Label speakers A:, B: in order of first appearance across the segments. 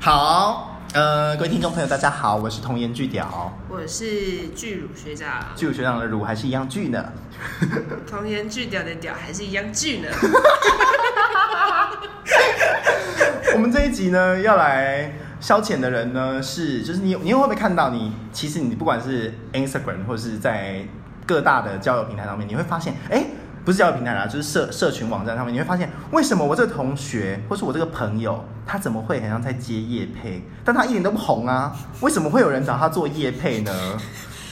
A: 好，呃，各位听众朋友，大家好，我是童颜巨屌，
B: 我是巨乳学长，
A: 巨乳学长的乳还是一样巨呢。
B: 童颜巨屌的屌还是一样巨呢。
A: 我们这一集呢，要来消遣的人呢是，就是你，你会不会看到你？其实你不管是 Instagram 或是在各大的交友平台上面，你会发现，哎、不是交友平台啦，就是社社群网站上面，你会发现，为什么我这个同学或是我这个朋友，他怎么会很像在接夜配？但他一点都不红啊，为什么会有人找他做夜配呢？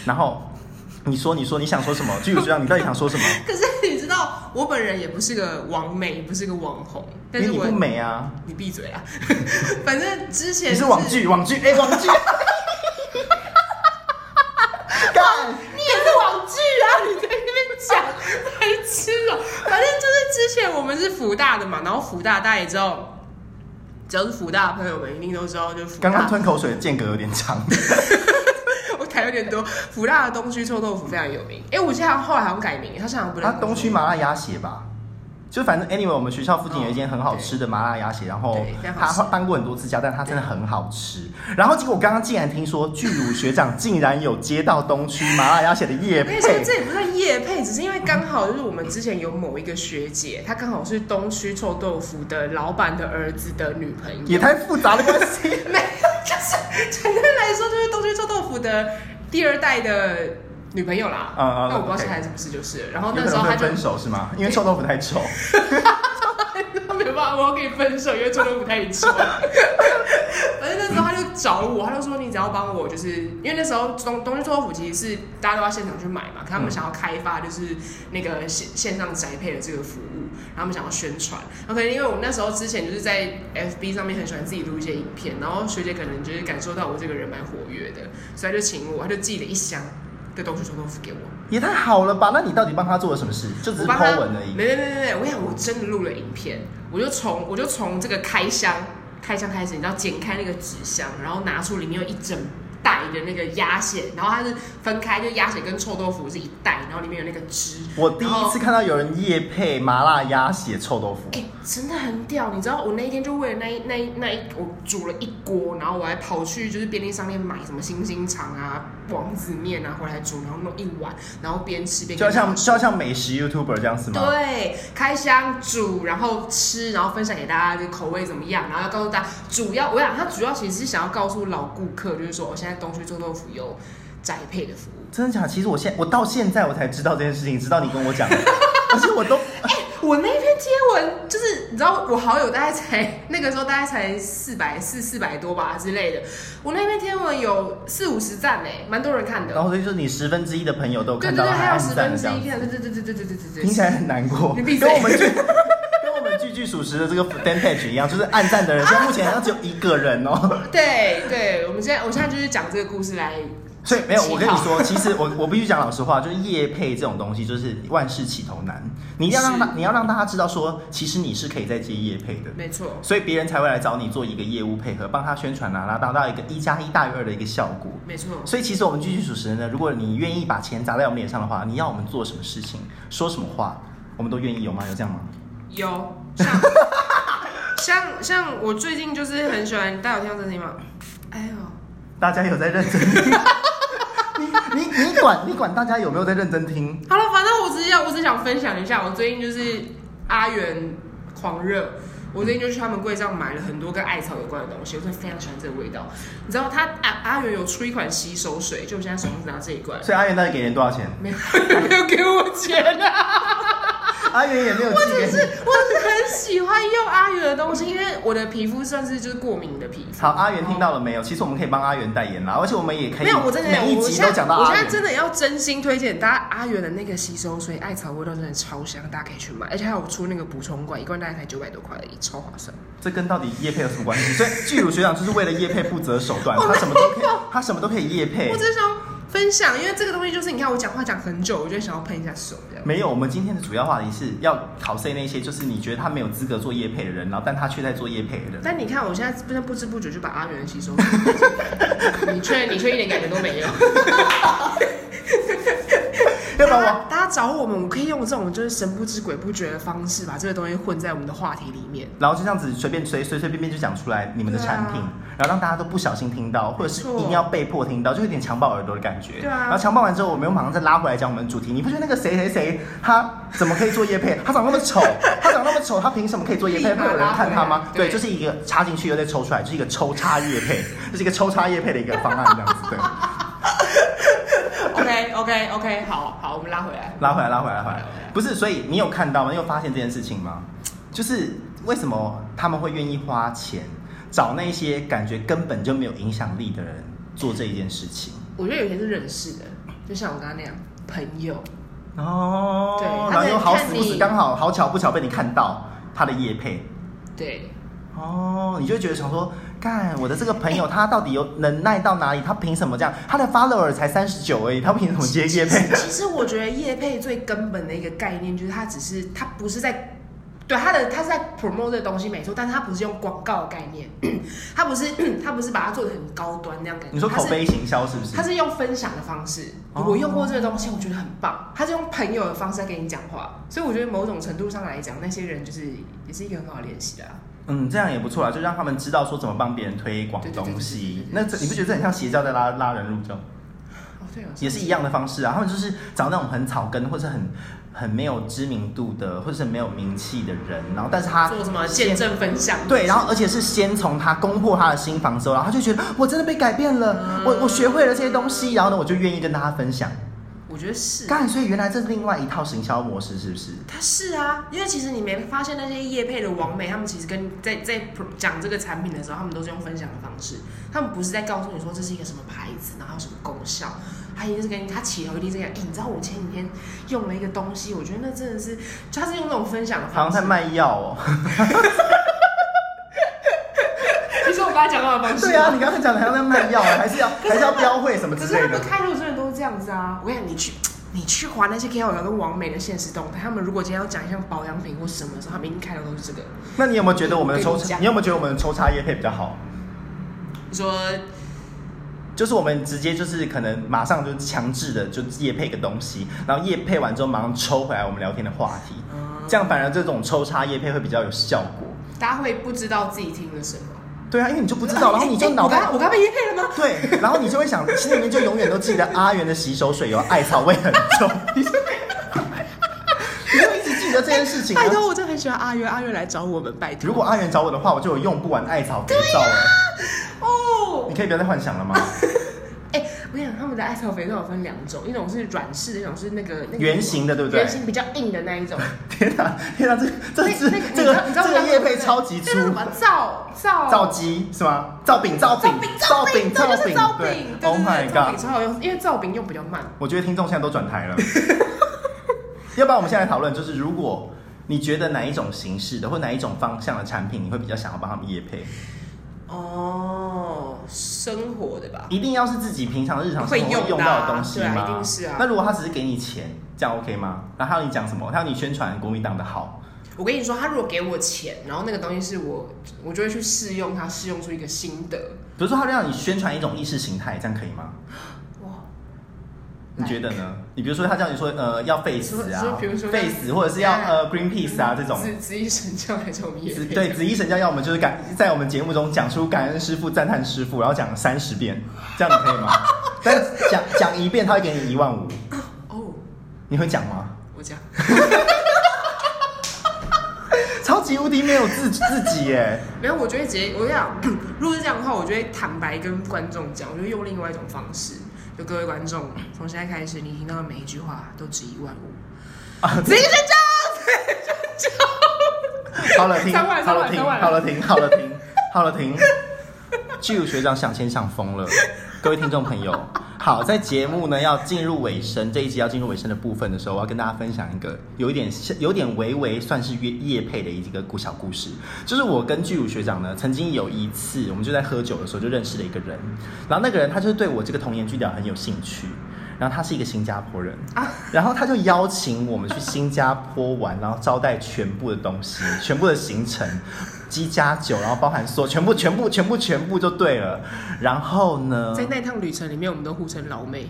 A: 然后你说，你说你想说什么？剧组知道你到底想说什么？
B: 可是你知道，我本人也不是个网美，不是个网红，
A: 因
B: 但
A: 为
B: 是
A: 你
B: 我
A: 不美啊，
B: 你闭嘴啊！ 反正之前、
A: 你是网，剧，网剧，哎、网 剧。干
B: 你也是网剧啊！ 你在那边讲白痴哦、反正就是之前我们是福大的嘛，然后福大大家也知道，只要是福大的朋友们一定都知道，就是福大
A: 刚刚吞口水的间隔有点 长，
B: 我台有点多。福大的东区臭豆腐非常有名，哎、我记得他后来好像改名，他现在好像不
A: 它
B: 叫
A: 东区麻辣鸭血吧？就反正 anyway，我们学校附近有一间很好吃的麻辣鸭血，然后
B: 哦对非常好
A: 他
B: 吃
A: 搬过很多次家，但它真的很好吃。然后结果我刚刚竟然听说巨乳学长竟然有接到东区麻辣鸭血的夜
B: 而且
A: 配，
B: 这也不算夜配，只是因为刚好就是我们之前有某一个学姐，她刚好是东区臭豆腐的老板的儿子的女朋友，
A: 也太复杂的关 系。
B: 没有，就是简单来说就是东区臭豆腐的第二代的女朋友啦。
A: 嗯嗯
B: 那我不知道
A: OK
B: 现在是不是就是了。然后
A: 有
B: 那
A: 可
B: 时候
A: 能
B: 她
A: 会
B: 就
A: 分手是吗？因为臭豆腐太丑。
B: 他没有办法，我要跟你分手，因为做的不太错。 反正那时候他就找我，他就说你只要帮我，就是因为那时候东东西臭豆腐其实是大家都要现场去买嘛，可他们想要开发就是那个线线上宅配的这个服务，然后他们想要宣传。然后可能因为我那时候之前就是在 FB 上面很喜欢自己录一些影片，然后学姐可能就是感受到我这个人蛮活跃的，所以他就请我，他就寄了一箱的东西臭豆腐给我。
A: 也太好了吧？那你到底帮他做了什么事？就只
B: 我
A: 是
B: 帮
A: 抛
B: 他
A: 文而已。
B: 没没没没没，我想我真的录了影片，我就从我就从这个开箱开箱开始，你知道剪开那个纸箱，然后拿出里面有一整袋的那个鸭血，然后它是分开，就鸭血跟臭豆腐是一袋，然后里面有那个汁。
A: 我第一次看到有人夜配麻辣鸭血臭豆腐，
B: 哎、真的很屌！你知道我那一天就为了那一那一那一，我煮了一锅，然后我还跑去就是便利商店买什么星星肠啊、王子面啊回来煮，然后弄一碗，然后边吃边
A: 就要
B: 跟
A: 像就要像美食 YouTuber 这样子吗？
B: 对，开箱煮，然后吃，然后分享给大家这口味怎么样，然后要告诉大家，主要我想他主要其实是想要告诉老顾客，就是说我、哦现在东区臭豆腐有宅配的服务。
A: 真的假的？其实我现我到现在我才知道这件事情，直到你跟我讲， 而且我都
B: 我那一篇贴文就是你知道我好友大概才那个时候大概才四百四四百多吧之类的，我那篇贴文有四五十赞诶、蛮多人看
A: 然
B: 的。
A: 后所以就是你十分之一的朋友都有
B: 对
A: 看
B: 对
A: 到
B: 对，
A: 他
B: 还有
A: 按
B: 十
A: 赞
B: 分
A: 的这
B: 之
A: 样
B: 一，
A: 子，
B: 对对对对对对对 对
A: 听起来很难过，
B: 你闭
A: 跟
B: 嘴
A: 我们剧跟我们句句属实的这个 fan page 一样，就是按赞的人现在目前好像只有一个人 哦。
B: 对对，我们现在我现在就是讲这个故事来
A: 所以没有，
B: 乞
A: 我跟你
B: 讨
A: 说，其实我我必须讲老实话，就是业配这种东西，就是万事起头难，你一定要让大
B: 是
A: 你要让大家知道说，其实你是可以在接业配的。
B: 没错。
A: 所以别人才会来找你做一个业务配合，帮他宣传啊，然后达到一个一加一大于二的一个效果。
B: 没错，
A: 所以其实我们继续主持人呢，如果你愿意把钱砸在我们脸上的话，你要我们做什么事情，说什么话，我们都愿意，有吗？有这样吗？
B: 有像 像像我最近就是很喜欢，大家有听到这声音吗？哎呦，
A: 大家有在认真听？你你你管你管大家有没有在认真听？
B: 好了，反正我只是要，我只想分享一下，我最近就是阿元狂热。我最近就去他们柜上买了很多跟艾草有关的东西，我真的非常喜欢这个味道。你知道他阿阿元有出一款洗手水，就我现在手上是拿这一罐，
A: 所以阿元到底给人多少钱？
B: 没有没有给 我钱啊。
A: 阿元也没有寄给
B: 是
A: 你。
B: 我是很喜欢用阿元的东西，因为我的皮肤算是就是过敏的皮肤。
A: 好，阿元听到了没有？其实我们可以帮阿元代言啦，而且我们也可以
B: 没有，我真的
A: 每一
B: 我
A: 集
B: 现在
A: 都讲到
B: 我
A: 阿
B: 现在
A: 元。
B: 真的要真心推荐大家阿元的那个吸收水艾草味道，真的超香，大家可以去买，而且还有出那个补充罐，一罐大概才九百多块而已，超划 算。
A: 这跟到底叶配有什么关系？所以巨乳学长就是为了叶配不择手段，他什么都可以，他什么都可以叶配
B: 我。只是想分享，因为这个东西就是你看我讲话讲很久，我就想要喷一下手 这样。
A: 没有，我们今天的主要话题是要考 C 那些，就是你觉得他没有资格做叶配的人，然后但他却在做叶配的人。
B: 但你看，我现在真的不知不觉就把阿元的 吸收水，你却你却一点感觉都没有。
A: 要不
B: 大
A: 然
B: 家
A: 我
B: 大家找我们，我们可以用这种就是神不知鬼不觉的方式，把这个东西混在我们的话题里 面。
A: 然后就这样子随便随随随便便就讲出来你们的产品，
B: 对啊
A: 然后让大家都不小心听到，或者是
B: 没错
A: 一定要被迫听到，就有点强暴耳朵的感觉。
B: 对啊
A: 然后强暴完之后，我们又马上再拉回来讲我们的主题。你不觉得那个谁谁谁他怎么可以做叶配？他长那么 丑，他长那么丑，他凭什么可以做叶配？
B: 立马
A: 会有人看他
B: 拉回
A: 吗
B: 来？
A: 对，
B: 对
A: 就是一个插进去又再抽出来，就是一个抽插叶配，就是一个抽插叶配的一个方案这样子。对，
B: OK OK OK，好好，我们拉回来。
A: 拉回来，拉回来，拉回来。不是，所以你有看到吗？你有发现这件事情吗？就是为什么他们会愿意花钱找那些感觉根本就没有影响力的人做这一件事情？
B: 我觉得有些是人事的，就像我刚刚那样，朋友。
A: 哦，
B: 对他
A: 然后
B: 们
A: 又好
B: 看
A: 死不死，
B: 你
A: 刚好好巧不巧被你看到他的业配。
B: 对，
A: 哦，你就会觉得想说，干我的这个朋友他到底有能耐到哪里？他凭什么这样？他的 follower 才三十九而已，他凭什么接业配？
B: 其实我觉得叶配最根本的一个概念就是，它只是它不是在对它的它是在 promote 这个东西没错，但是它不是用广告的概念， 它不是它不是把它做的很高端那样感觉。
A: 你说
B: 它
A: 口
B: 是
A: 碑行销是不是
B: 他？是用分享的方式，
A: 哦
B: 我用过这个东西，我觉得很棒。他是用朋友的方式在跟你讲话，所以我觉得某种程度上来讲，那些人就是也是一个很好的练习的、啊。
A: 嗯，这样也不错啦，就让他们知道说怎么帮别人推广
B: 对对对
A: 东西
B: 对对对对。
A: 那这你不觉得这很像邪教在拉拉人入教，
B: 哦，对哦，
A: 也是一样的方式啊？他们就是找那种很草根或者很很没有知名度的，或者是没有名气的人，然后但是他
B: 做什么见证分享？
A: 对，然后而且是先从他攻破他的心房之后，然后他就觉得我真的被改变了，我我学会了这些东西，然后呢我就愿意跟大家分享。
B: 我觉得是，
A: 干，所以原来这是另外一套行销模式，是不是？
B: 他是啊，因为其实你没发现那些业配的王美，他们其实跟在在讲这个产品的时候，他们都是用分享的方式，他们不是在告诉你说这是一个什么牌子，然后什么功效，他一定是跟你他起头一定是跟你，哎、你知道我前几天用了一个东西，我觉得那真的是，就他是用那种分享的
A: 好
B: 方
A: 像在。
B: 式
A: 卖药哦。
B: 你说我刚才讲到的方式，
A: 对啊，，你刚才讲的好像在卖药，还是要还是要标会什么
B: 可
A: 之
B: 是
A: 类
B: 他
A: 的
B: 们。开路真的都是这样子啊！我跟你讲，你去你去划那些 KOL 跟王美的现实动态，他们如果今天要讲一项保养品或什么的时候，他们一定开头都是这个。
A: 那你有没有觉得我们的抽
B: 我跟你
A: 查？
B: 讲
A: 你有没有觉得我们的抽查叶配比较好？
B: 你说
A: 就是我们直接就是可能马上就强制的就叶配个东西，然后叶配完之后马上抽回来我们聊天的话题，
B: 啊
A: 这样反而这种抽插叶配会比较有效果。
B: 大家会不知道自己听了什么？
A: 对啊，因为你就不知 道，然后你就脑
B: 哎
A: 袋
B: 哎我刚我刚被噎配了吗？
A: 对，然后你就会想，心里面就永远都记得阿元的洗手水有艾草味很 重，你就你就一直记得这件事情啊。
B: 拜托，我真的很喜欢阿月，阿月来找我们，拜托。
A: 如果阿元找我的话，我就有用不完艾草肥皂了。
B: 哦
A: 你，可以不要再幻想了吗？
B: 哎、我跟你讲，他们的艾草肥皂有分两种，一种是软式的，一种是那个那个
A: 圆形的对不对
B: 圆形比较硬的那一种。
A: 天哪、天哪、这这是
B: 那那
A: 这
B: 你
A: 个
B: 知道
A: 这
B: 你知道
A: 个叶配超级
B: 这
A: 粗
B: 个。什么皂皂
A: 造鸡是吗？造饼，造饼，
B: 造饼，
A: 造
B: 这就是
A: 饼，
B: 造饼
A: 对
B: 对
A: ，Oh my
B: 对造饼
A: god！
B: 超好用，因为造饼用比较慢。
A: 我觉得听众现在都转台 了。要不然我们现在讨论，就是如果你觉得哪一种形式的或哪一种方向的产品，你会比较想要帮他们业配？
B: 哦，生活的吧，
A: 一定要是自己平常日常生活
B: 会用的啊
A: 用到的东西吗？
B: 对啊一定是啊
A: 那如果他只是给你钱，这样 OK 吗？然后他要你讲什么？他要你宣传国民党的好，
B: 我跟你说，他如果给我钱，然后那个东西是我，我就会去试用它，试用出一个心得。
A: 比如说他让你宣传一种意识形态，这样可以吗？
B: 哇，
A: 你觉得呢？你比如说他叫你说呃要废死
B: 说嗯
A: 啊
B: 说比如说，
A: 废死或者是要呃 Greenpeace 啊这种。
B: 子子一神教还是我们也
A: 子对子怡神教要我们就是感在我们节目中讲出感恩师傅、赞叹师傅，然后讲三十遍，这样你 可以吗？但是讲讲一遍，他会给你一万五，
B: 哦，
A: 你会讲吗？
B: 我讲，
A: 超级无敌没有自自己耶！
B: 没有，我就会直接，我跟你讲，如果是这样的话，我就会坦白跟观众讲，我就用另外一种方式。就各位观众，从现在开始，你听到的每一句话都值一万五。
A: 啊
B: 子一神教，
A: 好了停，
B: 三万
A: 好了停，
B: 三万
A: 好了停，好了停，好了停。巨乳学长想钱想疯了，各位听众朋友，好，在节目呢要进入尾声，这一集要进入尾声的部分的时候，我要跟大家分享一个有一点有点微微算是约夜配的一个故小故事，就是我跟巨乳学长呢曾经有一次，我们就在喝酒的时候就认识了一个人，然后那个人他就是对我这个童颜巨屌很有兴趣。然后他是一个新加坡人，然后他就邀请我们去新加坡玩，然后招待全部的东西，全部的行程，鸡加酒，然后包含说全部全部全部全部就对了。然后呢，
B: 在那趟旅程里面，我们都互称老妹。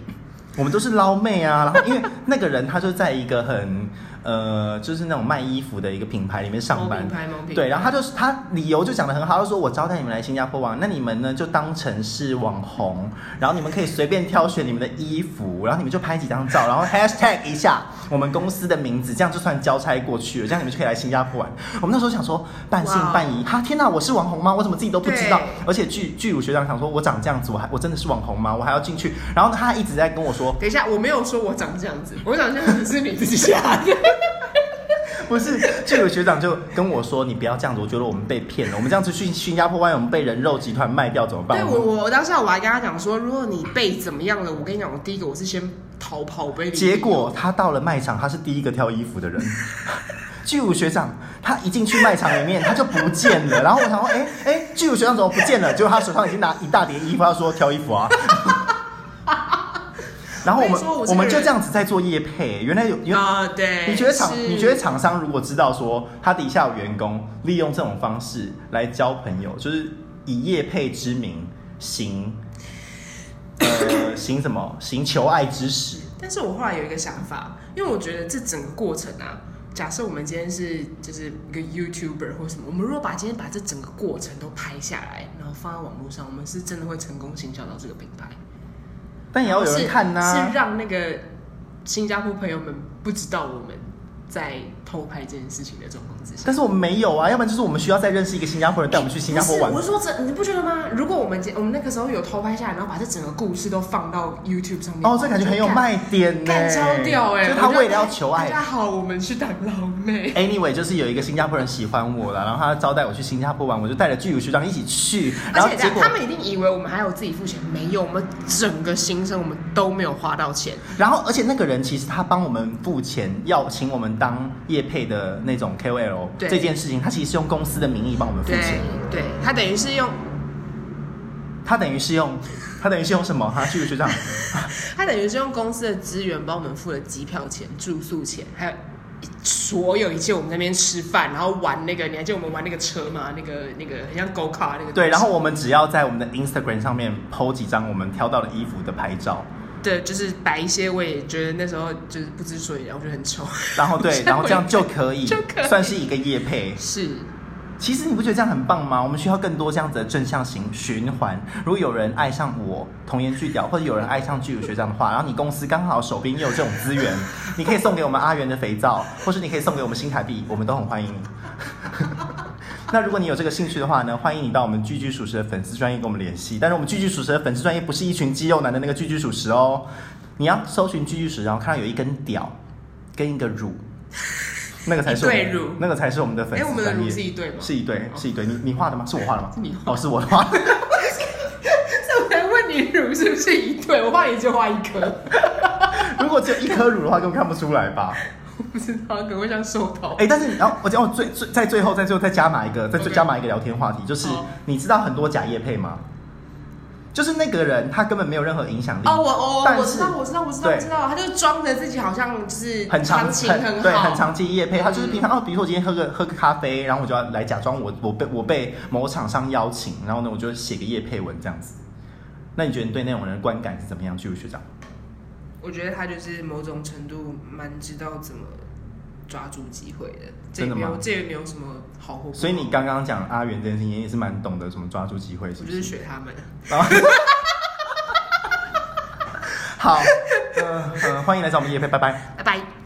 A: 我们都是捞妹啊。然后因为那个人他就在一个很呃，就是那种卖衣服的一个品牌里面上班
B: 某品，牌某品牌
A: 对，然后他就是他理由就讲的很好，他就说我招待你们来新加坡玩，那你们呢就当成是网红，然后你们可以随便挑选你们的衣服，然后你们就拍几张照，然后 hashtag 一下我们公司的名字，这样就算交差过去了，这样你们就可以来新加坡玩。我们那时候想说半信
B: 哇
A: 半疑，哈天哪，我是网红吗？我怎么自己都不知道
B: 对？
A: 而且剧剧组学长想说，我长这样子，我还我真的是网红吗？我还要进去？然后他一直在跟我 说，
B: 等一下，我没有说我长这样子，我长这样子是你自己吓 的。
A: 不是，就有学长就跟我说：“你不要这样子，我觉得我们被骗了。我们这样子去新加坡，万一我们被人肉集团卖掉怎么办？”
B: 对我，我当下我还跟他讲说，如果你被怎么样了，我跟你讲，我第一个我是先逃跑，我不会理你
A: 结果他到了卖场，他是第一个挑衣服的人。 巨乳学长，他一进去卖场里面，他就不见了。然后我想说，哎、哎、巨乳学长怎么不见了？结果他手上已经拿一大叠衣服，他说挑衣服啊。 然后我们
B: 我跟你说我这个人
A: 们就这样子在做业配，原来有原
B: 啊、对，
A: 你觉得厂
B: 是
A: 你觉得厂商如果知道说他底下有员工利用这种方式来交朋友，就是以业配之名行，呃，行什么？行求爱之实。
B: 但是我后来有一个想法，因为我觉得这整个过程啊，假设我们今天是就是一个 YouTuber 或什么，我们如果把今天把这整个过程都拍下来，然后放在网络上，我们是真的会成功行销到这个品牌。
A: 但也要有人看呐、
B: 是是让那个新加坡朋友们不知道我们在偷拍这件事情的状况之下。
A: 但是我们没有啊，要不然就是我们需要再认识一个新加坡人带我们去新加坡玩
B: 不。是我是说真，你不觉得吗？如果我们今我们那个时候有偷拍下来，然后把这整个故事都放到 YouTube 上面，
A: 哦，这感觉很有卖点呢、
B: 干，干超屌哎、
A: 就是他
B: 我觉得
A: 为了要求爱
B: 大家好，我们是当老妹。
A: Anyway，就是有一个新加坡人喜欢我了，然后他招待我去新加坡玩，我就带了剧组学长一起去，然
B: 而
A: 后
B: 且
A: 结果
B: 他们一定以为我们还有自己付钱，没有，我们整个行程我们都没有花到钱。
A: 然后，而且那个人其实他帮我们付钱，要请我们当业配的那种 KOL
B: 对
A: 这件事情，他其实是用公司的名义帮我们付
B: 对
A: 钱。
B: 对，他等于是用
A: 他等于是用，他等于是用什么？哈，巨乳学长，
B: 他等于是用公司的资源帮我们付了机票钱、住宿钱，还有一所有一切我们在那边吃饭，然后玩那个，你还记得我们玩那个车吗？那个那个很像 go car 那个东西。
A: 对。然后我们只要在我们的 Instagram 上面 PO 几张我们挑到的衣服的拍照，
B: 对，就是摆一些，我也觉得那时候就是不知所以然，我觉得很丑。
A: 然 后对，然后这样就可以
B: 就可以
A: 算是一个业配。
B: 是，
A: 其实你不觉得这样很棒吗？我们需要更多这样子的正向型循环。如果有人爱上我童颜巨屌，或者有人爱上巨乳学长的话，然后你公司刚好手边也有这种资源， 你可以送给我们阿元的肥皂，或是你可以送给我们新台币，我们都很欢迎 你。那如果你有这个兴趣的话呢，欢迎你到我们句句属实的粉丝专业跟我们联系。但是我们句句属实的粉丝专业不是一群肌肉男的那个句句属实哦，你要搜寻句句属实，然后看到有一根屌跟一个乳，那个才是我
B: 一对
A: 们
B: 乳
A: 那个才是我们的粉
B: 哎、
A: 丝
B: 我
A: 专业。
B: 们的乳是一对吗？哦
A: 是一对，是一对。你你画的吗？是我画的吗？
B: 是你画
A: 哦，是我画的。
B: 是我在问你乳是不是一对，我怕你就画一颗，
A: 如果只有一颗乳的话，根本看不出来吧？
B: 我不知道，可能会像寿桃。
A: 哎、但是你要我讲，我最最在最后，在最后再加码一个，再最
B: OK
A: 加码一个聊天话题，就是
B: 好
A: 你知道很多假叶配吗？就是那个人他根本没有任何影响力。
B: 哦，我哦，
A: 但
B: 我
A: 是
B: 知道，我知道，我知道，
A: 对
B: 我知道，他就装着自己好像就是
A: 很
B: 行
A: 长
B: 情很好，嗯
A: 对很长期夜配，他就是平常、哦，比如说我今天喝个喝个咖啡，然后我就要来假装我我被我被某厂商邀请，然后呢我就写个夜配文这样子。那你觉得你对那种人的观感是怎么样？巨乳学长，
B: 我觉得他就是某种程度蛮知道怎么抓住机会的，这
A: 真
B: 也
A: 的
B: 没
A: 吗
B: 有这也没有什么好或不好
A: 所以你刚刚讲阿元这件事情，也是蛮懂得怎么抓住机会，是
B: 我
A: 不
B: 就是是？学他们，
A: 然后好，呃呃，欢迎来找我们叶飞，拜拜。
B: 拜拜。